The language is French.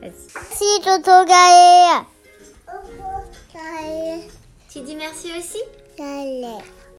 Vas-y. Merci, Toto Gaé. Toto Gaé. Tu dis merci aussi Gaé.